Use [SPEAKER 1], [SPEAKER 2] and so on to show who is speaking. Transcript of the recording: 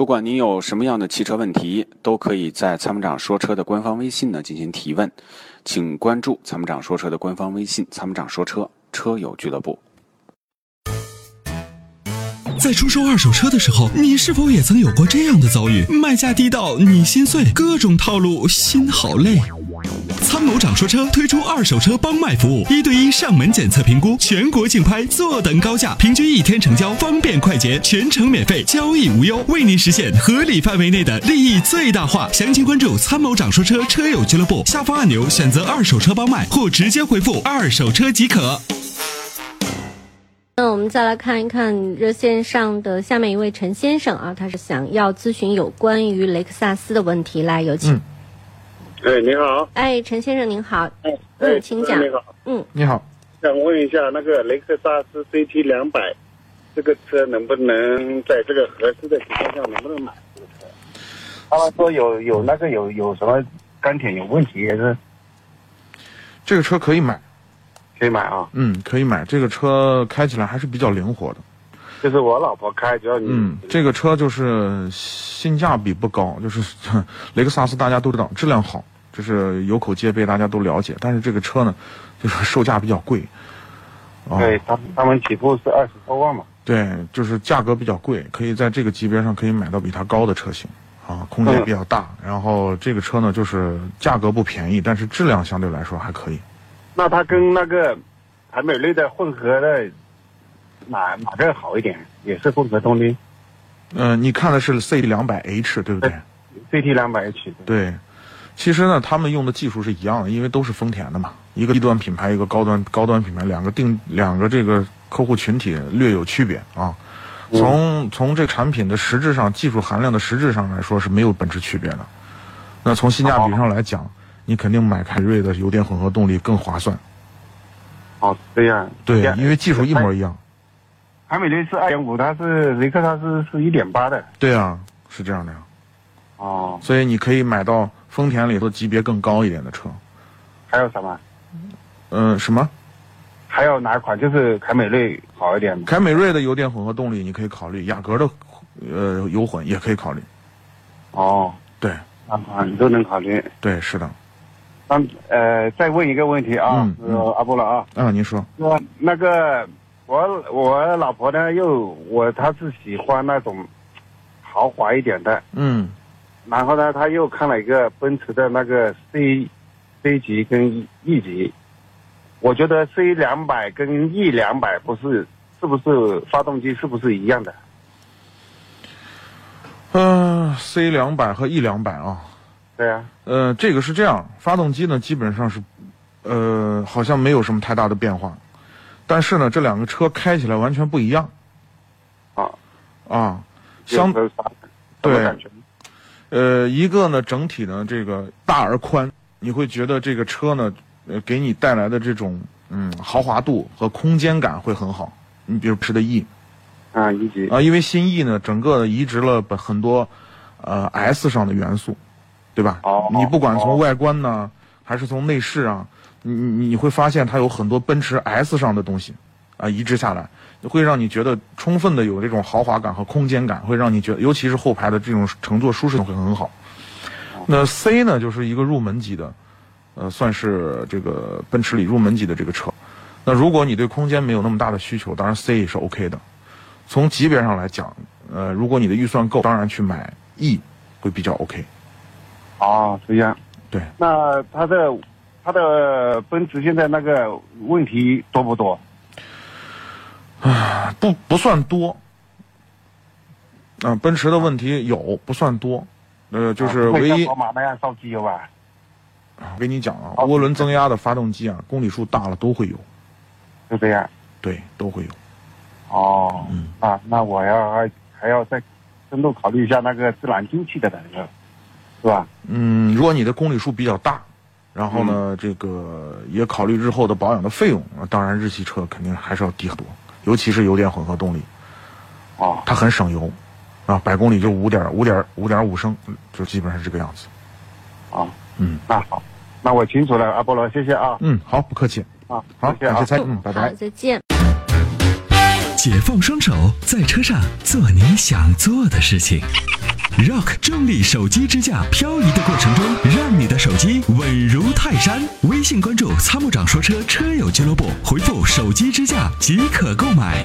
[SPEAKER 1] 不管您有什么样的汽车问题，都可以在参谋长说车的官方微信呢进行提问，请关注参谋长说车的官方微信“参谋长说车车友俱乐部”。
[SPEAKER 2] 在出售二手车的时候，你是否也曾有过这样的遭遇？卖价低到你心碎，各种套路，心好累。参谋长说车推出二手车帮卖服务，一对一上门检测评估，全国竞拍，坐等高价，平均一天成交，方便快捷，全程免费，交易无忧，为您实现合理范围内的利益最大化。详情关注参谋长说车车友俱乐部下方按钮，选择二手车帮卖，或直接回复二手车即可。
[SPEAKER 3] 那我们再来看一看热线上的下面一位陈先生啊，他是想要咨询有关于雷克萨斯的问题，来有请。
[SPEAKER 4] 哎，你好，
[SPEAKER 3] 哎，陈先生您好，
[SPEAKER 4] 哎，
[SPEAKER 3] 嗯
[SPEAKER 4] 哎，
[SPEAKER 3] 请讲
[SPEAKER 4] 你好，
[SPEAKER 3] 嗯，
[SPEAKER 5] 你好，
[SPEAKER 4] 想问一下那个雷克萨斯 CT 两百，这个车能不能在这个合适的情况下能不能买这个车？他们说有有那个有有什么钢铁有问题也是
[SPEAKER 5] 这个车可以买，
[SPEAKER 4] 可以买啊，
[SPEAKER 5] 嗯，可以买。这个车开起来还是比较灵活的，
[SPEAKER 4] 就是我老婆开，只要你
[SPEAKER 5] 嗯，这个车就是性价比不高，就是 雷克萨斯大家都知道质量好，这是有口皆碑，大家都了解。但是这个车呢，就是售价比较贵，啊、
[SPEAKER 4] 对他他们起步是二十多万嘛，
[SPEAKER 5] 对，就是价格比较贵，可以在这个级别上可以买到比它高的车型，啊，空间也比较大。然后这个车呢，就是价格不便宜，但是质量相对来说还可以。
[SPEAKER 4] 那它跟那个凯美瑞的混合的哪哪个好一点？也是混合动力
[SPEAKER 5] 嗯、你看的是 C 两百 H 对不对？
[SPEAKER 4] ，CT 两百起的，
[SPEAKER 5] 对，其实呢，他们用的技术是一样的，因为都是丰田的嘛，一个低端品牌，一个高端高端品牌，两个定两个这个客户群体略有区别啊。从从这产品的实质上，技术含量的实质上来说是没有本质区别的。那从性价比上来讲，你肯定买凯瑞的油电混合动力更划算，
[SPEAKER 4] 哦，这样
[SPEAKER 5] 对
[SPEAKER 4] 这，样
[SPEAKER 5] 因为技术一模一样。
[SPEAKER 4] 凯美瑞是二点五，它是雷克萨斯是一点八的。
[SPEAKER 5] 对啊，是这样的呀。
[SPEAKER 4] 哦，
[SPEAKER 5] 所以你可以买到丰田里头级别更高一点的车。
[SPEAKER 4] 还有什么？
[SPEAKER 5] 嗯、什么？
[SPEAKER 4] 还有哪款就是凯美瑞好一点的？
[SPEAKER 5] 凯美瑞的油电混合动力你可以考虑，雅阁的呃油混也可以考虑。
[SPEAKER 4] 哦，
[SPEAKER 5] 对
[SPEAKER 4] 哪款啊都能考虑。
[SPEAKER 5] 对，是的。
[SPEAKER 4] 那呃，再问一个问题啊，
[SPEAKER 5] 嗯嗯
[SPEAKER 4] 呃阿波罗啊，
[SPEAKER 5] 啊，您说，
[SPEAKER 4] 说那个我我老婆呢，又我她是喜欢那种豪华一点的，
[SPEAKER 5] 嗯，
[SPEAKER 4] 然后呢，她又看了一个奔驰的那个 C C 级跟 E 级，我觉得 C 两百跟 E 两百不是是不是发动机是不是一样的？
[SPEAKER 5] 呃，C 两百和 E 两百啊，
[SPEAKER 4] 对啊，
[SPEAKER 5] 呃，这个是这样，发动机呢基本上是，呃，好像没有什么太大的变化，但是呢，这两个车开起来完全不一样
[SPEAKER 4] 啊，
[SPEAKER 5] 啊，相
[SPEAKER 4] 有时候啥
[SPEAKER 5] 对
[SPEAKER 4] 什么感觉？
[SPEAKER 5] 呃，一个呢，整体呢这个大而宽，你会觉得这个车呢，呃，给你带来的这种嗯豪华度和空间感会很好。你比如吃的 E
[SPEAKER 4] 啊，一级
[SPEAKER 5] 啊、因为新 E 呢，整个移植了本很多呃 S 上的元素，对吧？
[SPEAKER 4] 哦
[SPEAKER 5] 你不管从
[SPEAKER 4] 哦
[SPEAKER 5] 外观呢，还是从内饰啊，你你你会发现它有很多奔驰 S 上的东西啊、移植下来，会让你觉得充分的有这种豪华感和空间感，会让你觉得，尤其是后排的这种乘坐舒适性会很好。
[SPEAKER 4] 哦
[SPEAKER 5] 那 C 呢，就是一个入门级的，呃，算是这个奔驰里入门级的这个车。那如果你对空间没有那么大的需求，当然 C 也是 OK 的。从级别上来讲，呃，如果你的预算够，当然去买 E 会比较 OK。
[SPEAKER 4] 哦，这样。
[SPEAKER 5] 对，
[SPEAKER 4] 那它的它的奔驰现在那个问题多不多？
[SPEAKER 5] 啊不不算多。啊、奔驰的问题有不算多，呃，就是
[SPEAKER 4] 啊会
[SPEAKER 5] 唯
[SPEAKER 4] 像
[SPEAKER 5] 一
[SPEAKER 4] 宝马那样烧机油吧？
[SPEAKER 5] 给你讲啊，涡轮增压的发动机啊，公里数大了都会有，
[SPEAKER 4] 就这样。
[SPEAKER 5] 对，都会有。
[SPEAKER 4] 哦，
[SPEAKER 5] 嗯
[SPEAKER 4] 啊，那我要还还要再深度考虑一下那个自然进气的那个，是吧？
[SPEAKER 5] 嗯，如果你的公里数比较大，然后呢，这个也考虑日后的保养的费用，啊当然日系车肯定还是要低很多，尤其是油电混合动力，
[SPEAKER 4] 哦，
[SPEAKER 5] 它很省油，啊，百公里就五点五点五点五升，就基本上是这个样子。
[SPEAKER 4] 哦，
[SPEAKER 5] 嗯
[SPEAKER 4] 那好，那我清楚了，阿波罗，谢谢啊，
[SPEAKER 5] 嗯，好，不客气，
[SPEAKER 4] 啊，
[SPEAKER 5] 好，
[SPEAKER 4] 谢谢啊
[SPEAKER 5] 感谢。蔡，嗯，拜拜
[SPEAKER 3] 好，。再见。
[SPEAKER 2] 解放双手，在车上做你想做的事情。Rock 重力手机支架漂移的过程中，让你的手机稳如泰山。微信关注“参谋长说车”车友俱乐部，回复“手机支架”即可购买。